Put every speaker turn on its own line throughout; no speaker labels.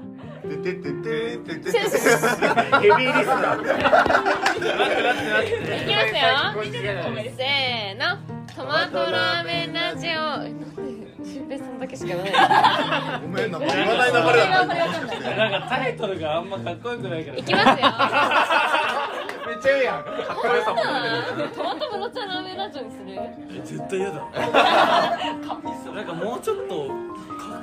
てててててて
そうそうそう
ヘビーリスナ
いきますよせーのトマトラーメンラジオなんで俊平さんだけしか言わない
ごめんなんか言わない流れだった今
なんかタイトルがあんまかっこよくないから
いきますよ
めっちゃええやんかっこよさも
トマトブロちゃんラーメンラジオにする
え絶対 嫌だなんかもうちょっとか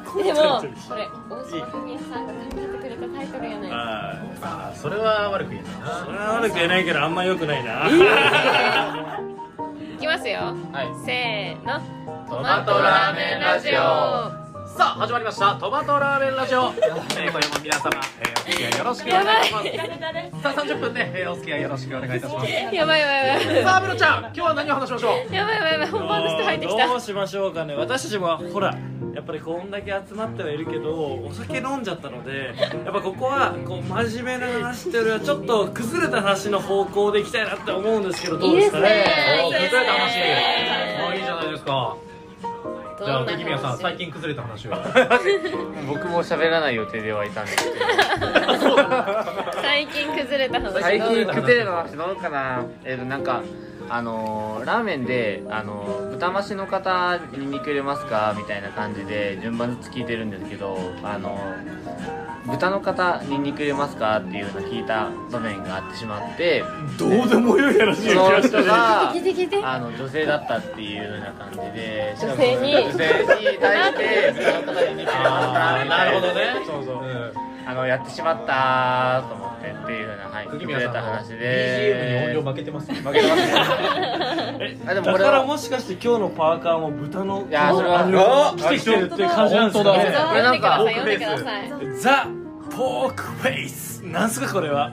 っこい
で
い
も
タイトル
これ大島文也さんが考えてくれたタイトルやない
あ
あーそれは悪く言えない
ーそれ
な
は悪く言えないけどあんま良くないな、
い きますよ
はい
せーの
ト
マトラーメンラジオ
さあ始まりましたトマトラーメンラジオ、えー、これも皆様、えー、お付き合いよろしくお願いしますさあ30分で、えー、お付き合いよろしくお願いいたします
やばいやばいやばい
さあブロちゃん今日は何を話しましょう
やばいやばいやばい本番の人入ってきた
どうしましょうかね私たちもほらやっぱりこんだけ集まってはいるけどお酒飲んじゃったのでやっぱここはこう真面目な話っていうよりはちょっと崩れた話の方向でいきたいなって思うんですけどどうですかね
いいですね
お崩れた話
えー
もういいじゃないですか
ど
じゃあ
んな
関宮さん最
話
近崩れた話を
僕も喋らない予定ではいたんですけど
最近崩れた話
最
どう
近崩れの話どうかなえっ、となんかあのーラーメンで、あのー豚増しの方に見くれますかみたいな感じで順番ずつ聞いてるんですけど、あのー豚の方に肉入れますかっていうのを聞いた場面があってしまって
どうでもよい話
その人が
聞いて聞いて
あの女性だったっていうような感じでしかも
女性に
女性に対して豚の方に肉入れますか
あ
み
ー
た
ないるほどね
そうそう
あのやってしまったと思ってっていうふうなはい
関
崩
宮
れ
さん
た話
BGM
で
に音量負けてます負
けてます
え
あでも
だ
これ
か
は
らもしかして今日のパーカーも豚の
いやーそれは
あの着てきてるっていう感じなんですか
そう
ね
読んでください読んでくだ
こ
さい
ザ・ポークフェイスなんすかこれは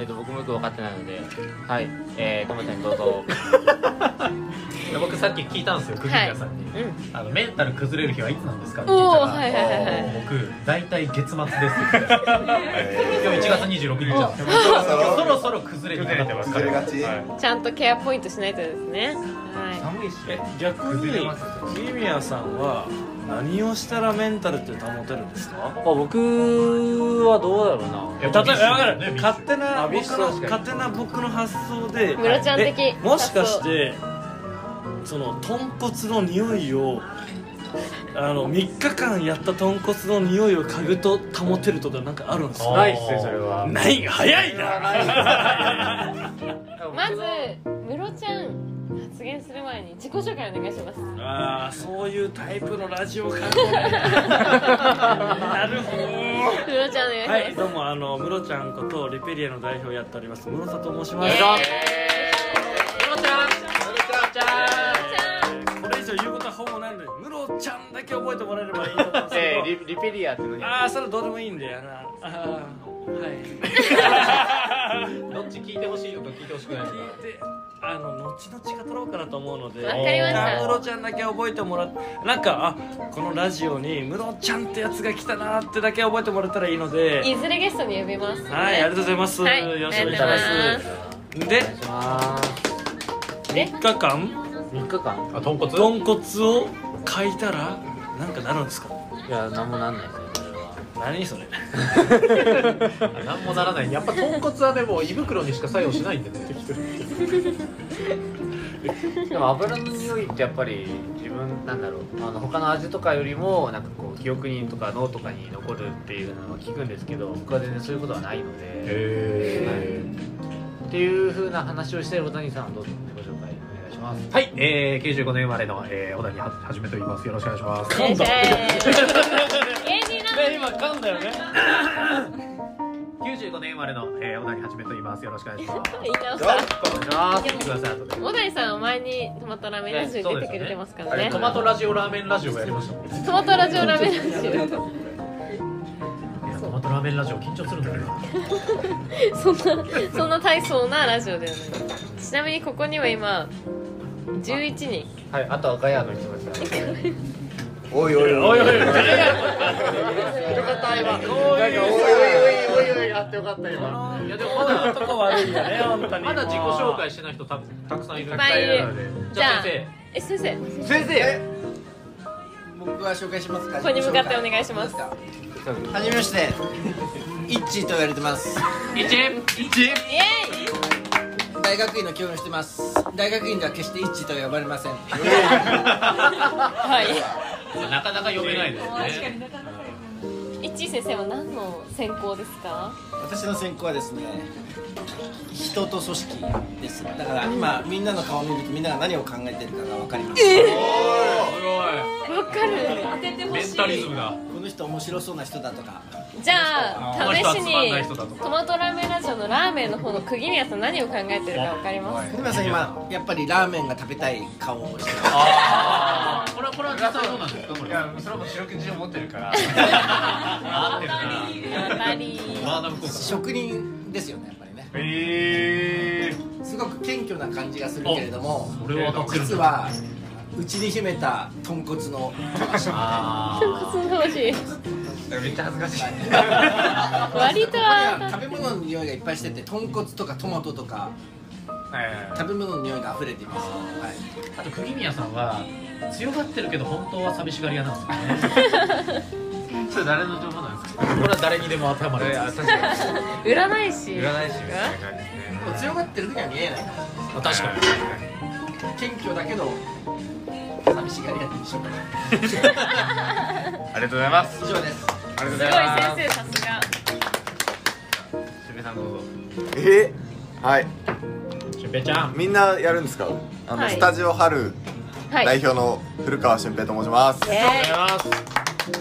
えっと僕もよく分かってないのではいえー、ともちゃんどうぞ
僕さっき聞いたんですよ国宮さんに、
うん
あのメンタル崩れる日はいつなんですかって聞いたら、
おーはいはいはいはい
もう僕大体 月末ですって言ってた今日1月26日なんですよ
そろそろ
そろそろ崩れてなかった
崩れがち
ちゃんとケアポイントしないとですね。は
寒いし
え逆にリミアさんは何をしたらメンタルって保てるんですか
あ僕はどうだろう
例
な
えば分かる
ね
勝手な
あ
僕
ビス
の
確かに
勝手な僕の発想で
ムロちゃん的
えもしかしてその豚骨の匂いをあの3日間やった豚骨の匂いを嗅ぐと保てるとかなんかあるんですか
ないっすねそれは
ない早いな
い。まずムロちゃん発言する前に自己紹介お願いします。
ああそういうタイプのラジオ かなるほど
ムロちゃんお願いします。
はい、どうもあのムロちゃんことレペリアの代表をやっておりますムロサと申しま
イエ
す。
ーイ
これ以上言うことはほぼないのでムロちゃんだけ覚えてもらえればいいと思うんです
えー、
け
リリペリアって何
ど。ああ、それどうでもいいんだよな。ああはい。聞い
どっち聞いてほしいのか聞いてほしくないのか
てあの後々語ろうかなと思うので。
わかりました
ムロちゃんだけ覚えてもらっなんかあこのラジオにムロちゃんってやつが来たなってだけ覚えてもらえたらいいので。
いずれゲストに呼びます。
はい、ありがとうございます。
はい
よろしくお願いします。で、
あ
で
3日間
3日間
あ豚骨
豚骨を嗅いたらなんかなるんですか
いや何もなんないですよそれは
何それ
なんもならないやっぱ豚骨はねもう胃袋にしか作用しないんでね
でも油の匂いってやっぱり自分なんだろうあの他の味とかよりもなんかこう記憶にとか脳とかに残るっていうのは聞くんですけど僕は全然そういうことはないので
へ
っていうふうな話をしてる小谷さんをどうぞご紹介お願いします
ーはい、えー、95年生まれの、えー、小谷ははじめと言いますよろしくお願いします
イエーイ
噛んだ
芸人なのに
今噛んだよね
95年生まれの、えー、小谷はじめと言いますよろしくお願いします
言い直した。
お願いします
聞いてください後で
小谷さんは前にトマトラーメンラジオに出てくれてますからね
ト。マトラジオラーメンラジオやりましたもん
トマトラジオラーメンラジ
いやトマトラーメンラジオ緊張するんだけどな
オ。そんなそんな大層なラジオではない。ちなみにここには今11人。
はい、あとはガヤの人たちだね。
おいおいおいおい
よかった、今。
なんかおい
おいおいおいおい、あってよかった、今。
いやでもまだ
とこ悪いよね本当に
まだ自己紹介してない人たたくさんいる
いっぱいいる
のでじゃあ先
え先生。
先生僕
は紹介しますか
ここに向かってお願いします
はじめましてイッチーと言われてます
イエーイ
大学院の教員をしてます大学院では決してイッチーとは呼ばれません
はい
なかなか読めないですね
いっちー先生は何の専攻ですか
私の専攻はですね人と組織ですだから今みんなの顔を見るとみんなが何を考えてるかが分かります
わかる
メンタリズムが
この人面白そうな人だとか
じゃあ試し
この人はつまんない
に
人だとか
トマトラーメンラジオのラーメンの方の釘宮さん何を考えてるかわかります
小宮さん今やっぱりラーメンが食べたい顔をしてます
ああこれはこれは実際どうなんですかこ
い
れ
やそれはもう四六時中持ってるから
合ってる
当たり
なワーナム効果
職人ですよねやっぱりね
ええ
すごく謙虚な感じがするけれども
それは当たってる
実はうちに秘めた豚骨の
あ
すごい
めっちゃ恥ずかしい
割と当
ここに
た
は
っ
食べ物の匂いがいっぱいしてて豚骨とかトマトとか食べ物の匂いが溢れています、はい、
あと釘宮さんは強がってるけど本当は寂しがり屋なんですよね
それ誰の情報なんですか
これは誰にでも当てはまる
確かに
占い師
占い師みたいな感じですね
でも強がってる時は見えない
確かに
謙虚だけど寂しがり屋でしょうか
ありがとうございます
以上です
ありがとうご
すご
ざい
い
ま
先
す
生さすが
渋谷さんどうぞ
えはい
俊平ちゃん
みんなやるんですかあの、
はい
スタジオ春
はい
代表の古川俊平と申します、
イエ
あ
ーイ
りがとうございます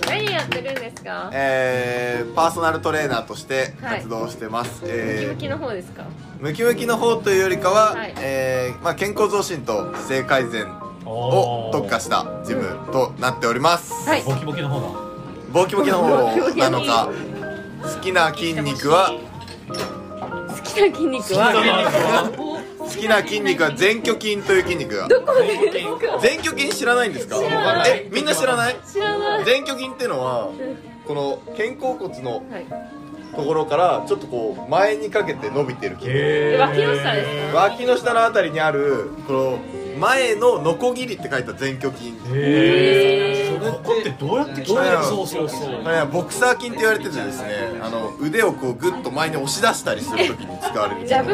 何やってるんですか
えーパーソナルトレーナーとして
はい
活動してます、
ムキム
え
キの方ですか
ームキムキの方というよりかは、
はい
えーまあ、健康増進と姿勢改善を特化したジムとなっております、
はい
ボキボキの方だ
ボキボキの方なのか好きな筋肉は
好きな筋肉は
好きな筋肉は前鋸筋という筋肉が
どこですか
前鋸筋知らないんですか
知らない
えみんな知らない
知らない
前鋸筋っていうのはこの肩甲骨の
はい
ところからちょっとこう前にかけて伸びてる筋肉
え脇の下ですか
脇の下のあたりにあるこの前のノコギリって書いた前鋸筋
それってどうやって
鍛えるの
そうそうそう
これはボクサー筋って言われててですねあの腕をこうグッと前に押し出したりするときに使われる
ジャブ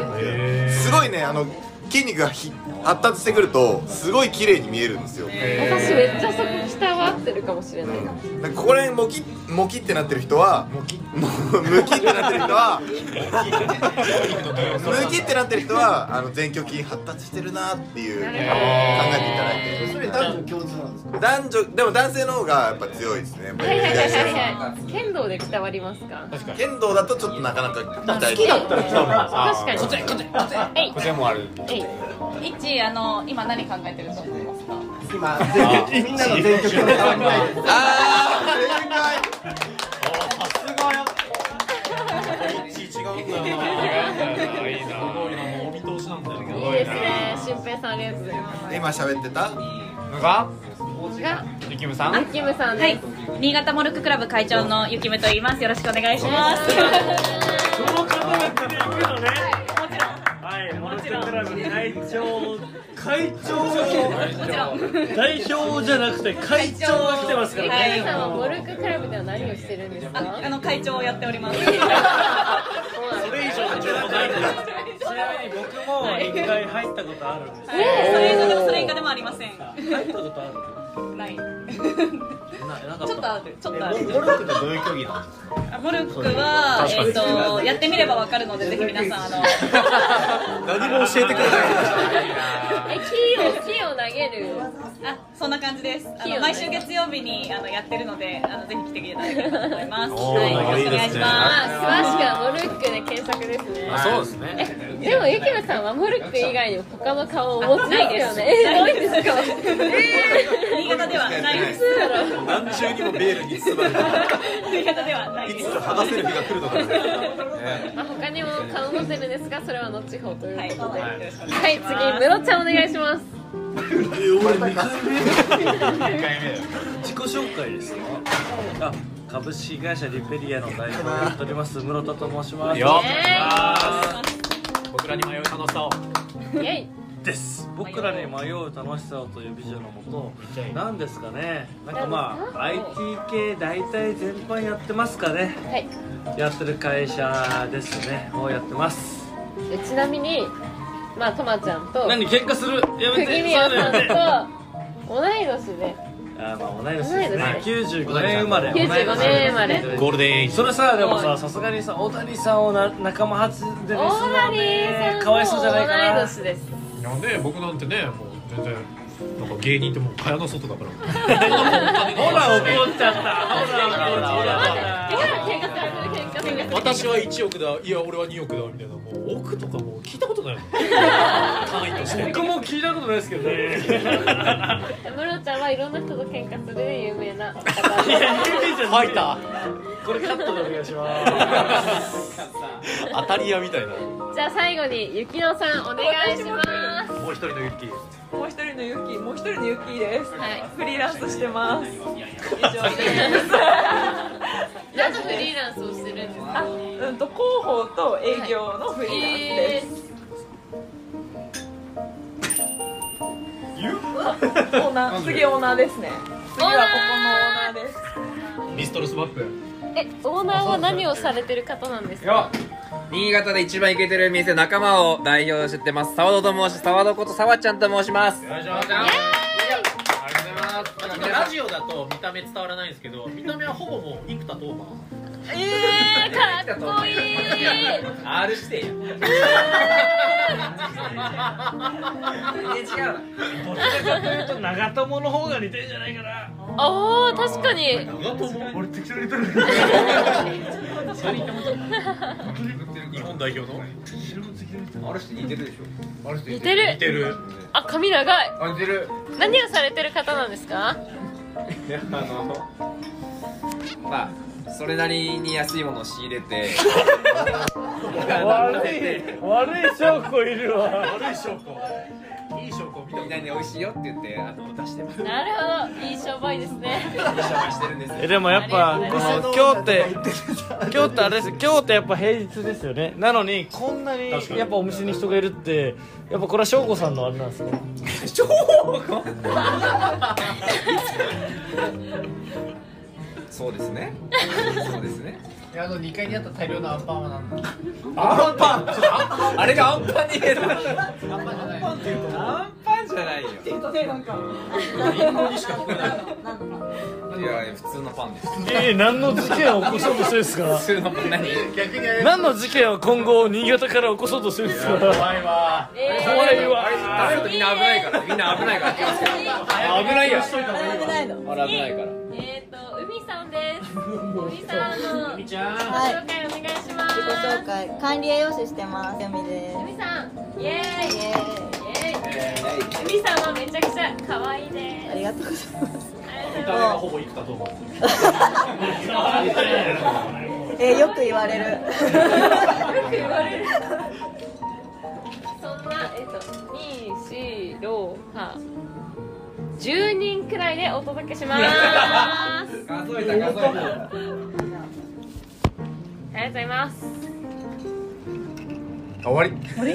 すごいねあの筋肉がひ発達してくるとすごい綺麗に見えるんですよ、
私めっちゃそこ下は合ってるかもしれないな
うん、なんかここら辺モキモキってなってる人はモキムキってなってる人はムキってなってる人はあの前鋸筋発達してるなっていう考えていただいて
それ男女共通なんですか
男女でも男性の方がやっぱ強いですねやっぱ
はい
り
はいはいはいはい剣道で伝わりますか
剣道だとちょっとなかなか鍛え
好き
て
だったら伝わ
あ
る確かにえい
こちらもある
えい
いちあの今何考えてると思いますか
今全みんなの全曲の顔みたいです
ああ
いいなもうお見通しなんだよ
いいですね俊平さんありがとうございま
今喋ってた
のが
すが
ゆきむさん
あキムさん
は
で
い
す
新潟モルッククラブ会長のゆきむと言いますよろしくお願いします
この方だって行くのねはい、モルテクラブ会長会長代表じゃなくて会長が来てますから
キム
ね
さんはモルッククラブでは何をしてるんです
ああ
か
の会長をやっております
それ以上の情報ないからちなみに僕も一回入ったことあるんです
それ以上でもそれ以下でもありません
入ったことある
ないち
ななか
ょっと
っ
あるちょっとある
モルックってどういう競技なんですか
あモルックはえっとやってみればわかるのでぜひ皆さんあの
何も教えてくれない
え木を木を投げる
あそんな感じですあ
器用
の
ね
毎週月曜日にあのやってるのであのぜひ来ていただければと思います
おー
はいよろしくお願いしま
あ詳しくはモルックで検索ですね
そうですね
えでもゆきむさんはモルック以外にも他の顔をお持ちないですよねえないですか
す新潟ではないです
何中にもベールに包まれて
新潟ではないです
剥がせる日が来るのかな
まあ他にも顔モデルですがそれは後ほどという
はい、
こ
よ
とでは
ろしくお願いします
い次ムロちゃんお願いします
自己紹介ですかあ株式会社リペリアの代表をやっております室田と申します
よ
イエ
僕らに迷う楽しさを
ーイイエイ
です僕らに迷う楽しさをというビジョンのもと
めっちゃいい
何ですかねなんかまあ IT 系大体全般やってますかね
はい
やってる会社ですねをやってます
えちなみにまあトマちゃんと
何喧嘩するやめて
釘宮
そういうのやめて
さんと同い年で
あーまあ同い年ですね
同
95年生まれ
95年生まれ
ゴールデンそれさでもささすがにさ大谷さんをな仲間初でリスナ
大
ー
谷さん
ね
も
かわいそうじゃないかな
同い年です
なんで僕なんてねもう全然なんか芸人ってもう蚊帳の外だから
ほら怒っちゃったほら怒っちゃ
だ
った
から喧嘩されてる喧嘩されてる
私は1億だいや俺は2億だみたいなもう億とかもう聞いたこと ないもん単位として
僕も聞いたことないですけどね。
ムロちゃんはいろんな人と喧嘩するで有名な方です
ファイター
これカットでお願いします。
当たり屋みたいな
じゃあ最後にゆきのさんお願いします
もう一人のユッキー
もう一人のユッキー、もう一人のユッキーです。
はい
フリーランスしてます。以上
な ぜフリーランスをしてるんですか
あ、うんと広報と営業のフリーランスです。オーナー、次オーナーですね。次はここのオーナーです。
ミストルスマップ
えオーナーは何をされてる方なんですか
新潟で一番イケてる店仲間を代表してます沢戸と申し沢戸こと沢ちゃんと申します
なんかラジオだと見た目伝わらないんですけど見た目はほぼもう生田斗真
えー、かっこいい
R してや
どちらかというと長友の方が似てるんじゃないかな。
あー確かに
俺適当に言ってる。
日本代表の
似てる
似てる
あ髪長い何をされてる方なんですか
まあそれなりに安いものを仕入れて
悪い悪い証拠いるわ。
悪い証拠いい証拠みたい
みんなに美味しいよって言ってあの出してます
なるほどいい商売ですね
紹介してるんです
えでもやっぱこの今日って今日ってあれです今日ってやっぱ平日ですよね。なのにこんなにやっぱお店に人がいるってやっぱこれは翔子さんのあれなんですね。
そうですねそうですね
あの2階にあった大量のアンパンは何だ
アンパンあれがアンパンに見える
アンパンじゃない
アンパンじゃないよいや普通のパンです
えー、何の事件を起こそうとしてるんですか。
普通のパン何
逆にあれ
何の事件を今後新潟から起こそうとしてるんですか。
怖いわ
怖いわ。
食べるとみんな危ないからみんな危ないから気をつけて危ないよ
危ないの。
あれ危ないから
えっ、と海さんです海さんの
みちゃん
ご紹介お願いします
介、管理栄養士してます。みで
海さんイエーイイエーイ海さんはめちゃくちゃ可愛いですありがとうございます
ほぼ生田斗真
えよく言われる。
よく言われるそんなえっ、と二四六八10人くらいでお届けしますあり
数えた数えた
がとうございます
終わり
切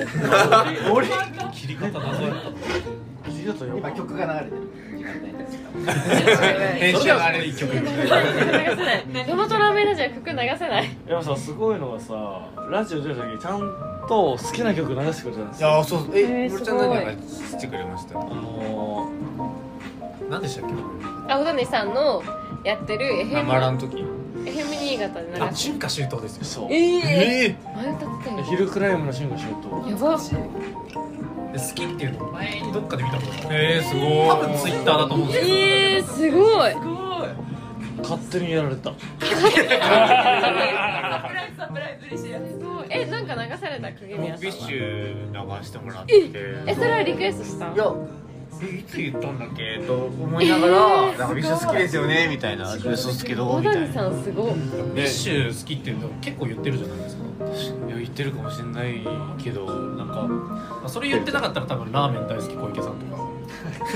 り方謎やった
今曲が流れてる
編集あれ一曲
流せないトマトラーメンラジオ曲流せない
でもさすごいのがさラジオ出る時にちゃんと好きな曲流してくれたんですよ
ああそうえ
えー
俺ちゃん何流してくれました
あの
何でしたっけ
青谷さんのやってる FM,
生ラン時
FM 新潟で流
あ
して
春夏秋冬ですよそう
ええ
え
前歌ってたよ
ー、ヒルクライムのシンガーシュート
やば
え好きっていうのを前にどっかで見たことええすごい多分ツイッターだと思うんですけ
えー、すごい
勝手にやられた
すごいえなんか流された影宮
ど
さ
ビッ
ん
シュ流してもらって
えそれはリクエストした
いやえいつ言ったんだっけと思いながら「なんかビッシュ好きですよね」みたいな「嘘つけど」
小
みたい
谷
な
さんすごい
ビッシュ好きっていうの結構言ってるじゃないですか
いや言ってるかもしれないけど
なんか、まあ、それ言ってなかったら多分ラーメン大好き小池さんとか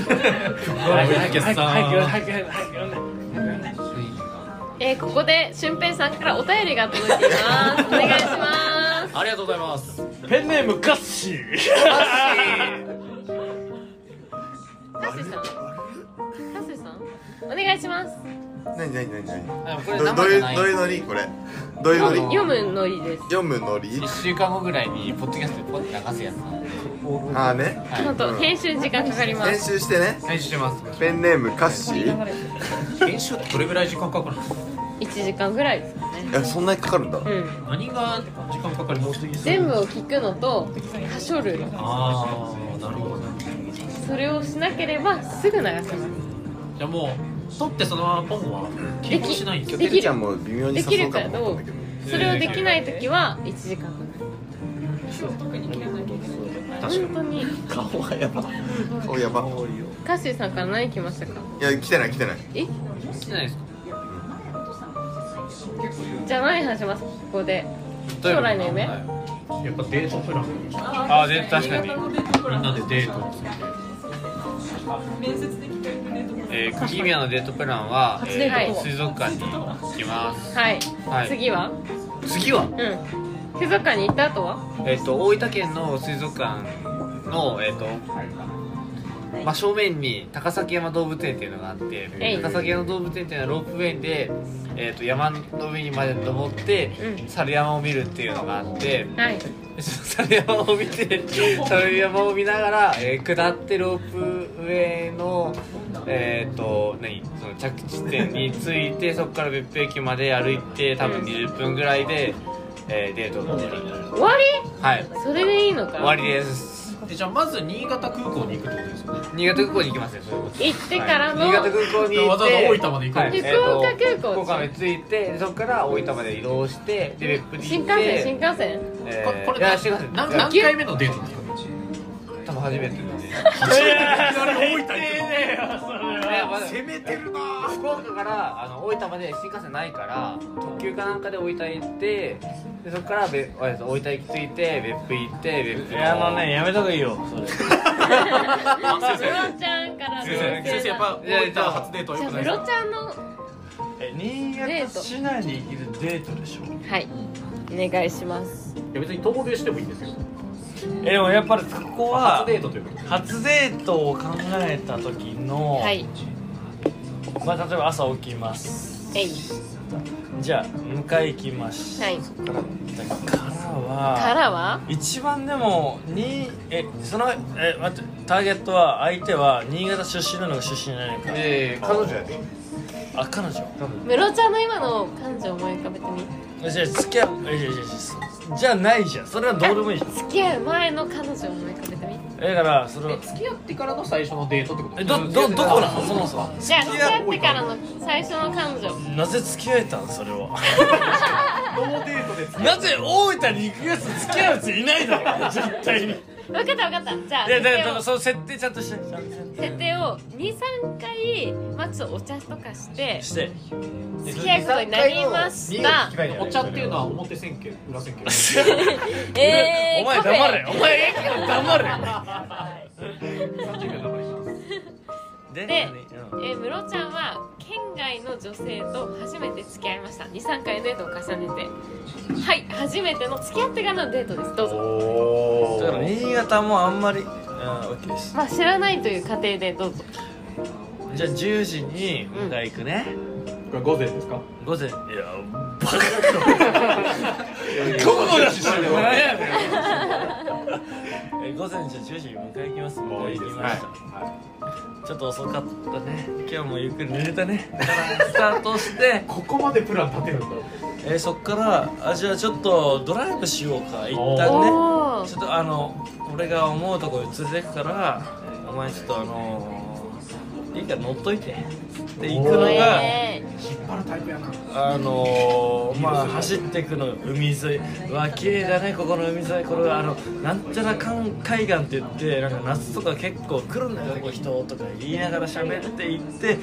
小池さん
く早く早く
えー、ここで俊平さんからお便りが届いてい ますお願いします
ありがとうございます
ペンネームガッシー
カスさんカスさんお願いします
何何何何
これ
ど
生
どう
じ
い
ゃ
う
ない
どういうノリこれどういうノリ
読むノリです
読むノリ1
週間後ぐらいにポッドキャストでポッて流すやつなんで
ああね
ちょっと編集時間かかります
編集してね
編集してます
ペンネームカッシー
編集ってどれぐらい時間かかるの
1時間ぐらいですかね
いやそんなにかかるんだ
うん
何が時間かかるの
全部を聞くのとはしょるの
ああなるほどね
それをしなければすぐ流せます
じゃあもう撮ってそのままポンは
で
起動しないん
き
です
で
て
き
るちゃ
る
んも微妙に
でき
誘
る
うか
け
も
どそれをできない時は1時間かかる本当に
顔がやば顔やば
カッシーさんから何来ましたか
いや来てない来てない
え
来てないですか
じゃあ何話しますここで将来の夢
やっぱデートプランああで確かにみんなでデート
面接できてるねとか
えー、クギミアのデートプランは、
初デ
え
ート
ー、水族館に行きます
はい、
はい
次は
次は
うん水族館に行った後は
えっと大分県の水族館の、えっと真正面に高崎山動物園っていうのがあって
えい
高崎山動物園っていうのはロープウェイで、えっと山の上にまで登って、猿山を見るっていうのがあって
はい
猿山を見て猿山を見ながら、えー下ってロープウェイのえっ、と何その着地点に着いてそこから別府駅まで歩いて多分20分ぐらいで、えーデートが終わりになる
終わり
はい
それでいいのか
終わりです
えじゃあまず新潟空港に行くってことですか
新潟空港に行きますよそういうこと
行ってからの
はい新潟空港に行って
わざわざ大分まで行く
はい
福
えーと
岡空
福
港
岡まで着いてそこから大分まで移動してで別府に
新
行っ
幹線新
て
幹線
えー
これ
いや新幹線
何
いや
何回目のデートですか
多分初めてだね
攻めてるな
福岡からあの大分まで新幹線ないから特急かなんかで大分行ってでそこからべあ大分行き着いて別府行って別府
いやあのねやめた方がいいよそれ
ブロちゃんからの
先生先生やっぱ大分初デートは
じ
よ
ゃあ
くな
ブ
いです
ロ
か
ちゃんの
え新潟市内に行けるデートでしょ
はいお願いします
いや別に遠出してもいいんですよ
えでもやっぱりここは
初デートということ
初デートを考えた時の、
はい
まあ、例えば朝起きます
えい
じゃあ迎え行きまし
はい
たからは
からは
一番でもにえそのえ待ってターゲットは相手は新潟出身なのか出身じゃないのか
えー、彼女やで
あ彼女
ムロちゃんの今の感情を思い浮かべてみ
じゃあ付き合うえじゃあじゃあじゃあじゃあないじゃんそれはどうでもいいじゃん
付き合う前の彼女を思い浮かべてみ
えだからそれは
付き合ってからの最初のデートってこと
えどどどこなのそもそも
じゃあ付き合ってからの最初の彼女
なぜ付き合えたんそれは
ノーデートで
なぜ大分に行くやつ付き合うやついないだろ絶対に
分かった分かったじゃあ
いや
設
だ
定
からだから
を
その設定ちゃんとしてちゃんと
設定を23回まあちょっとお茶とかして
して
付き合うことになりました
お茶っていうのは表千家裏千家
えー
お前黙れ
カ
お
フェ
前黙れ
30秒で
で
で
うん
えー、ムロちゃんは県外の女性と初めて付き合いました23回デートを重ねてはい初めての付き合ってからのデートですどうぞ
だから新潟もあんまりうん OK です
まあ知らないという過程でどうぞ
じゃあ10時に迎え行くね、
これ午前ですか
午 前いやバカか午後だしそれ何やねんえ午前じゃあ10時に迎え行きますもう行きました、ちょっと遅かったね今日もゆっくり寝れたねからスタートして、
ここまでプラン立てるんだ
えーそっからあじゃあちょっとドライブしようか一旦ね
おお
ちょっとあの俺が思うところに連れてくからえーお前ちょっとあのーいいから乗っといてで行くのが、
え
引っ張るタイプやな
あのー、まあ走っていくの海沿いうわ綺麗だねここの海沿いこれはあのなんちゃらかん海岸って言ってなんか夏とか結構来るんだよここ人とか言いながら喋って行って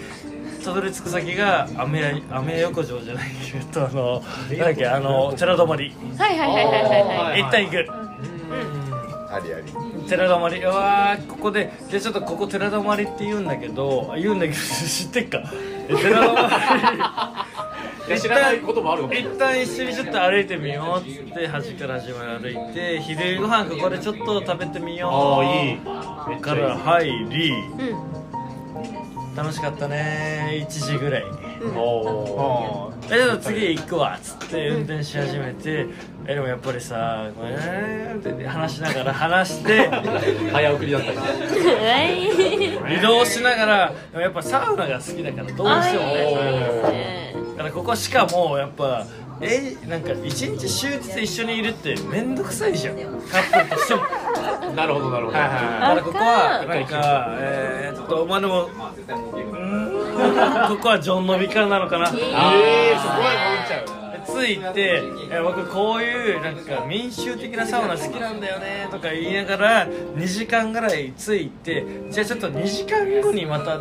たどり着く先が雨や雨横丁じゃないけどあのなんだっけあの寺泊り
ー、はいはいはいはいはいはい
一旦行く
ありあり
寺泊りうわーここででちょっとここ寺泊りって言うんだけど言うんだけど 知ってっかえ寺泊り
いや知らないこともあるわ
一旦一緒にちょっと歩いてみようっつって端から端まで歩いて昼ご飯ここでちょっと食べてみよう
ああいい
ここから入り
うん
楽しかったね1時ぐらいに、
うん
おーえでも次行くわっつって運転し始めて、えでもやっぱりさこれ、えーって話しながら話して早送りだったか移動しながらでもやっぱサウナが好きだからどうしても ねだからここしかもうやっぱえなんか一日終日一緒にいるって面倒くさいじゃんカップルとしても
なるほどなるほど
はいはいはいだからここはなんかえーっとまあでもうーん ここはジョンのびカンなのかな
えーすご
つ
い
いて「え僕こういうなんか民衆的なサウナ好きなんだよね」とか言いながら2時間ぐらいついてじゃあちょっと2時間後にまた会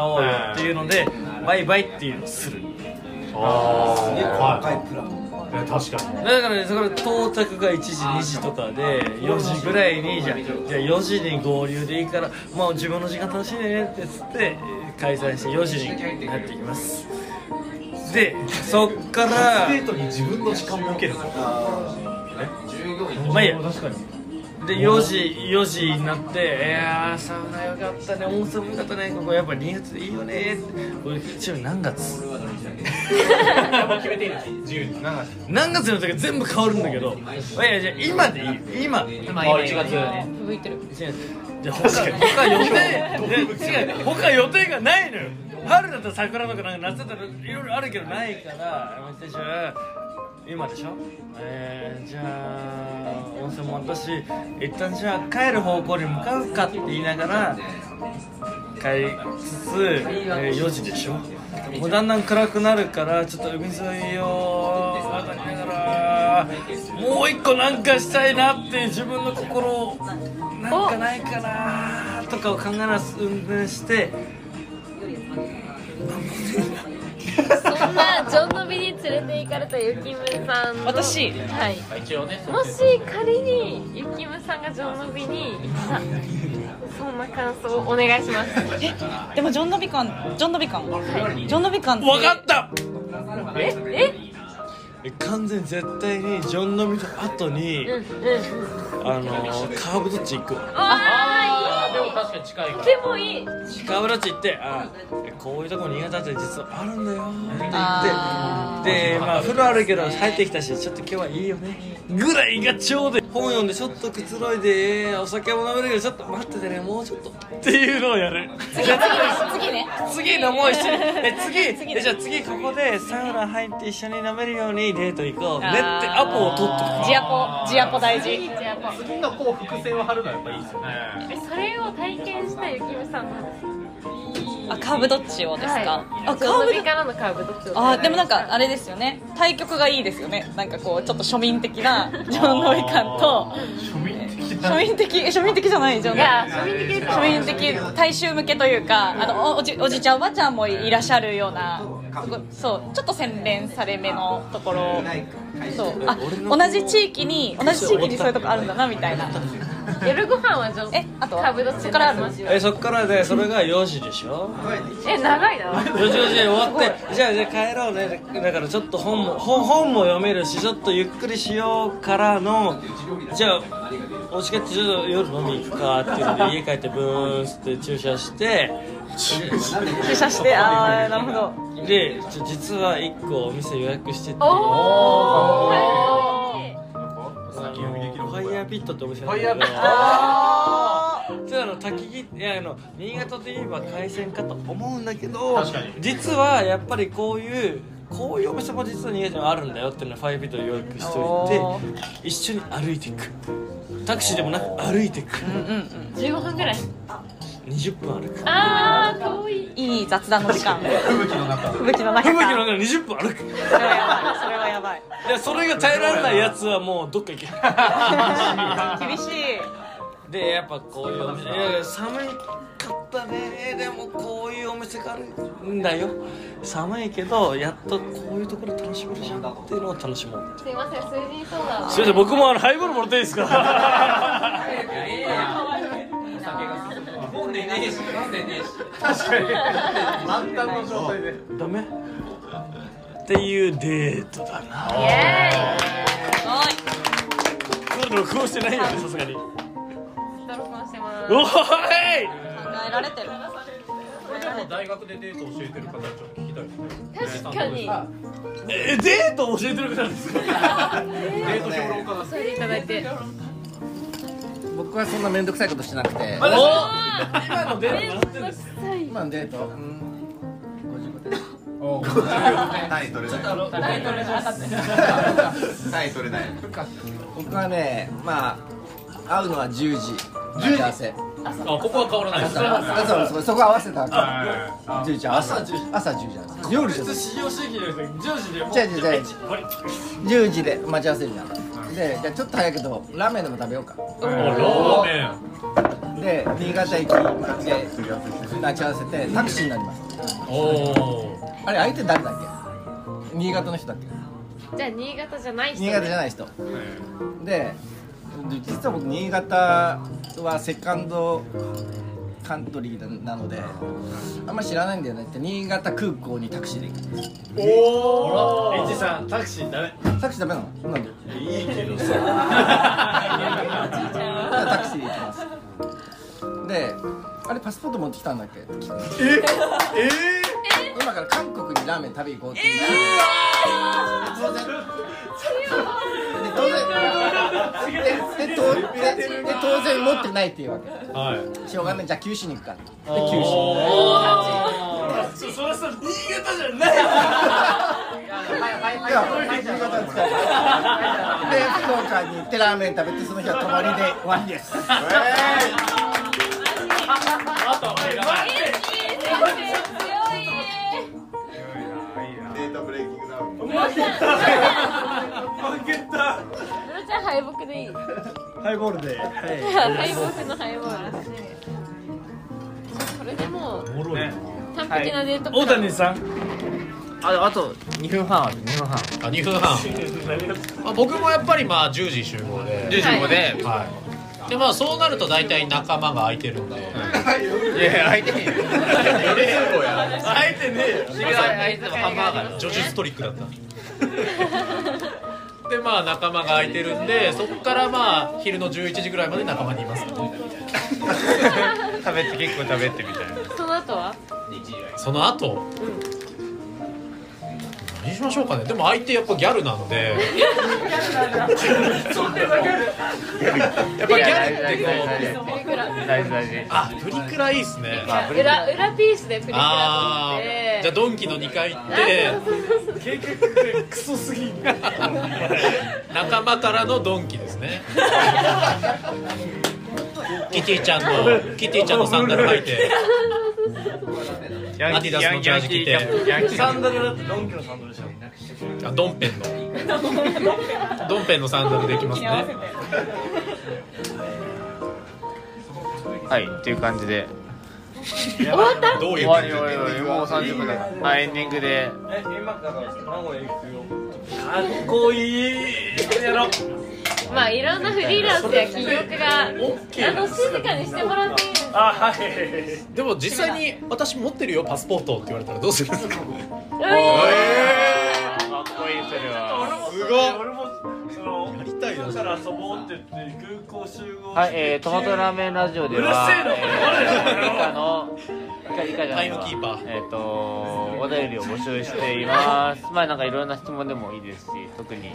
おうよっていうのでバイバイっていうのをする
あい
ー
プラン確かに
だからねそこで到着が1時2時とかで4時ぐらいにじゃあじゃあ4時に合流でいいからもう自分の時間楽しいねってつってえー解散して4時になっていきますでそっから
デートに自分の時間も受けるの
まあいいやで4時4時になって「いやーサウナよかったね温泉もよかったねここやっぱ2月でいいよね」これちなみに何月
もう決めていいです自由に何
何月の時は全部変わるんだけどいやいやじゃあ今でいいよ今
今今1月
吹いてるじゃあ確かに他予定いや違う他予定がないのよ春だったら桜とかなんか夏だったらいろいろあるけどないからやめてじゃあ今でしょえー、じゃあ温泉もあったし一旦じゃあ帰る方向に向かうかって言いながら帰りつつ、えー4時でしょもうだんだん暗くなるからちょっと海沿いを渡りながらもう一個なんかしたいなって自分の心をなんかないかなとかを考えながら運転して
そんなジョンのびに連れて行かれたゆきむさんの
私
はい
一応ね
もし仮にゆきむさんがジョンのびに行ったらそんな感想をお願いします
でもジョン・ノビカンジョン・ノビカン、ジョン・ノビカンって
わかった
ええ
完全に絶対にジョンのみの後に
うんうん
あのー、カーブどっち行くわ
あ
でも確かに近いから
でもいい
カーブどっち行ってあこういうとこ苦手だって実はあるんだよ
あ
でまあ風呂あるけど入ってきたしちょっと今日はいいよねぐらいがちょうどいい本読んでちょっとくつろいでお酒も飲めるけどちょっと待っててねもうちょっとっていうのをやる
次次ね
次飲もう一 緒にえ次えじゃあ次ここでサウナ入って一緒に飲めるようにデート行こうねってアポを取っとく
ジアポジアポ大事
ジアポ
次のこう伏線を張るのはやっぱいいですよね
えそれを体験したゆきむさんの
あカーブどっちをですか、
はい、
あ
あ
カ
カ
ー
ー
ブ
ブ
ど
どからのカーブどっちを
あーでもなんかあれですよね対局がいいですよねなんかこうちょっと庶民的 なジョン・ノイカンと庶民的庶民的じゃないジョン
いや庶民的です
庶民的大衆向けというかあのおおじおじちゃんおばちゃんもいらっしゃるようなそうちょっと洗練され目のところそうあ同じ地域に同じ地域にそういうとこあるんだなみたいな
夜ご飯はジョン
えあと
カーブどっちからありますよ
えそっからでそれが4時でしょ
え長いな
4時4時終わってじゃあじゃあ帰ろうねだからちょっと本も本本も読めるしちょっとゆっくりしようからのじゃあお家帰ってちょっと夜飲み行くかっていうので家帰ってブーンって駐車して
駐車してああなるほど
でちょ実は1個お店予約してて
おお
あのファイヤーピットってお店なんだ
ファイヤーピット
ットちょっとあの滝木いやあの新潟といえば海鮮かと思うんだけど実はやっぱりこういうこういうお店も実は新潟にはあるんだよっていうのをファイヤーピットを予約してお
お
いて一緒に歩いていくタクシーでもなく歩いていく
15分ぐらい
20分歩く
あー遠い
いい雑談の時間吹雪の中吹雪の中
吹雪の中20分歩く
それはやばいそれはやばい
いやそれが耐えられないやつはもうどっか行け
厳しい
でやっぱこういうお店いやいや寒いかったねでもこういうお店があるんだよ寒いけどやっとこういうところ楽しめるじゃんっていうのを楽しもう
すいません水人ソーダを
すいません僕もあのハイボールもらっていいですか
飲んでねえし飲んでねえし
確かに満タンの状態で
ダメっていうデートだな
イエ
これ録音してないよねさすがに
ドロコンしてます
お
考
い
えられてる
も大学でデート教えてる方にちょっと聞きたいですね
確かに
あえデート教えてる方ですかデート評論家だ
それでいただいて
僕はそんな面倒くさいことしてなくて
お
ー
今のデート何点です
今のデートうん
お
単位取れない
単
単
位取れない
位取れない
僕はねまあ会うのは10時10時朝
あここは変わらないです
朝のそこそこ合わせたわけ
はい
10時朝10時朝10時なんです夜じゃない
使用主義じゃないですか10時でも
違う違う違う10時で待ち合わせるじゃんでじゃあちょっと早いけどラーメンでも食べようか
おラーメン
で新潟駅で待ち合わせてタクシーになります
おお
あれ相手誰だっけ新潟の人だっけ
じゃあ新潟じゃない人
新潟じゃないい人で実は僕新潟はセカンドカントリーなのであんま知らないんだよねって新潟空港にタクシーで行く
おおエンジさんタクシーダメ
タクシーダメなのなんで
いいけど
じゃあタクシーで行きますであれパスポート持ってきたんだっけって聞く
ええ
今から韓国にラーメン食べに行こうって言って当然で当然でで当でで当然持ってないっていうわけ
はい
しょうがないじゃあ九州に行くかってで九州
そそれさ新潟じゃない
いや新潟ですからで福岡に行ってラーメン食べてその日は泊まりで終わりです
データブレイキングダウン
負けた
ムロちゃん敗北でいい
ハイボールで は
敗北の敗北これでもう
いね
完璧なデート
大
プラン
谷さん
ああと2分半ある2分半
あ2分半まあ、僕もやっぱりまあ10時集合で
10時集合で
はいでまあそうなると大体仲間が空いてるんで、
いやいや空いてねえよ
空いてねえよ
空いてもハンバーガー
叙述トリックだったでまあ仲間が空いてるんでそこからまあ昼の11時ぐらいまで仲間にいます
食べて結構食べてみたいな
その後は
その後何しましょうかねでも相手やっぱギャルなのでやっぱギャルってこう
プリクラ
大事大事
あプリクラいいっすね
裏裏ピースでプリクラ
あ
取って
ーじゃあドンキの2階行っ
あ
て
そうそうそう
計画クソすぎる
仲間からのドンキですねキティちゃんのキティちゃんのサンダル履いてアディダスのジャージ着て
サンダルだってドンキのサンダルでしょ
あドンペンのドンペンのサンダルできますね
はいっていう感じで
終わった
どうい
終
う
わ
感
り
じ
終わり終わりもう30分だからあエンディングで
え今だから名古屋行くよかっこいいやろ
まあいろんなフリーランスや企業家があの静かにしてもらっていいです
あはい
でも実際に私持ってるよパスポートって言われたらどうするんですか
かっこいいそれは
す
ごい
俺もそのやり
たいな
から遊ぼうって言って空港集合
はいえートマトラーメンラジオでは
うるせえな
えー以下の以下以下じゃないわ
タイムキーパー
えっとお便りを募集していますまあなんかいろんな質問でもいいですし特に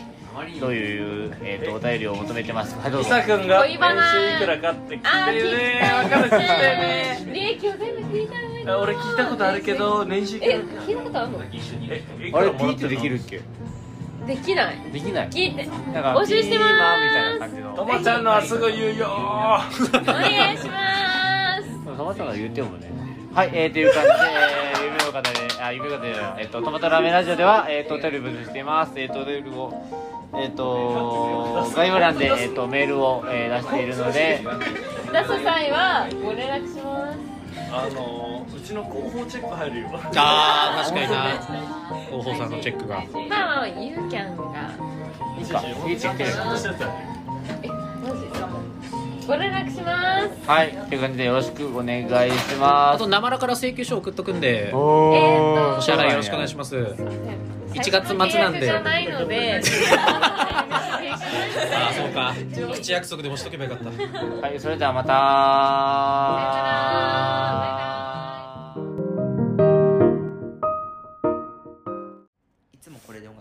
どういうえっとお便りを求めてますかはいどう
伊
ぞ
佐くんが
恋
年
バナ
収いくらかって聞い
あ
て
ー聞
る
い
ね
た
分かる聞いたよね
利益を全部聞いた上で
俺聞いたことあるけど年収いく
え
ら
聞いたことあるの
ええ
あれピーってできるっけ
できない
できない
聞いて
なんか
募集してます
ピーマンみたいな感じの
ともちゃんのはすぐ言うよ
お願いします
トマトが言ってもね。はい、えー、という感じで、えー、夢の方で、あ、夢の方で、えっ、と、トマトラーメンラジオでは、えっ、と、お便りを募集しています。えっ、と、お便りを、えっ、と、概要欄で、えっ、と、メールを、えー出しているので、
出す際はご連絡します
あのーうちの広報チェック入るよ
あー確かにな広報さんのチェックが
まあまあゆうきゃんが
いいか、いいチェックです
えマジご連絡します
はい、という感じで、よろしくお願いしま
あ
す
と。生らから請求書送っとくんで
お
ー
お支払いよろしくお願いします1月末なん
最初の契約じ
で
ゃないので
ああそうか口約束でもしとけばよかった
はい、それではまた
さよならバイバイ
つもこれで音楽